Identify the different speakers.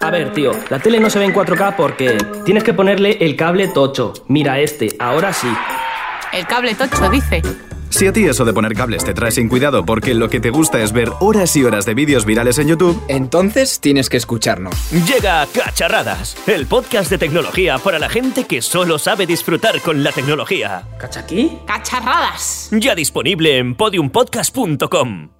Speaker 1: A ver, tío, la tele no se ve en 4K porque tienes que ponerle el cable tocho. Mira este, ahora sí.
Speaker 2: El cable tocho, dice.
Speaker 3: Si a ti eso de poner cables te trae sin cuidado porque lo que te gusta es ver horas y horas de vídeos virales en YouTube,
Speaker 4: Entonces tienes que escucharnos.
Speaker 5: Llega Cacharradas, el podcast de tecnología para la gente que solo sabe disfrutar con la tecnología.
Speaker 1: ¿Cachaquí?
Speaker 2: ¡Cacharradas!
Speaker 5: Ya disponible en podiumpodcast.com.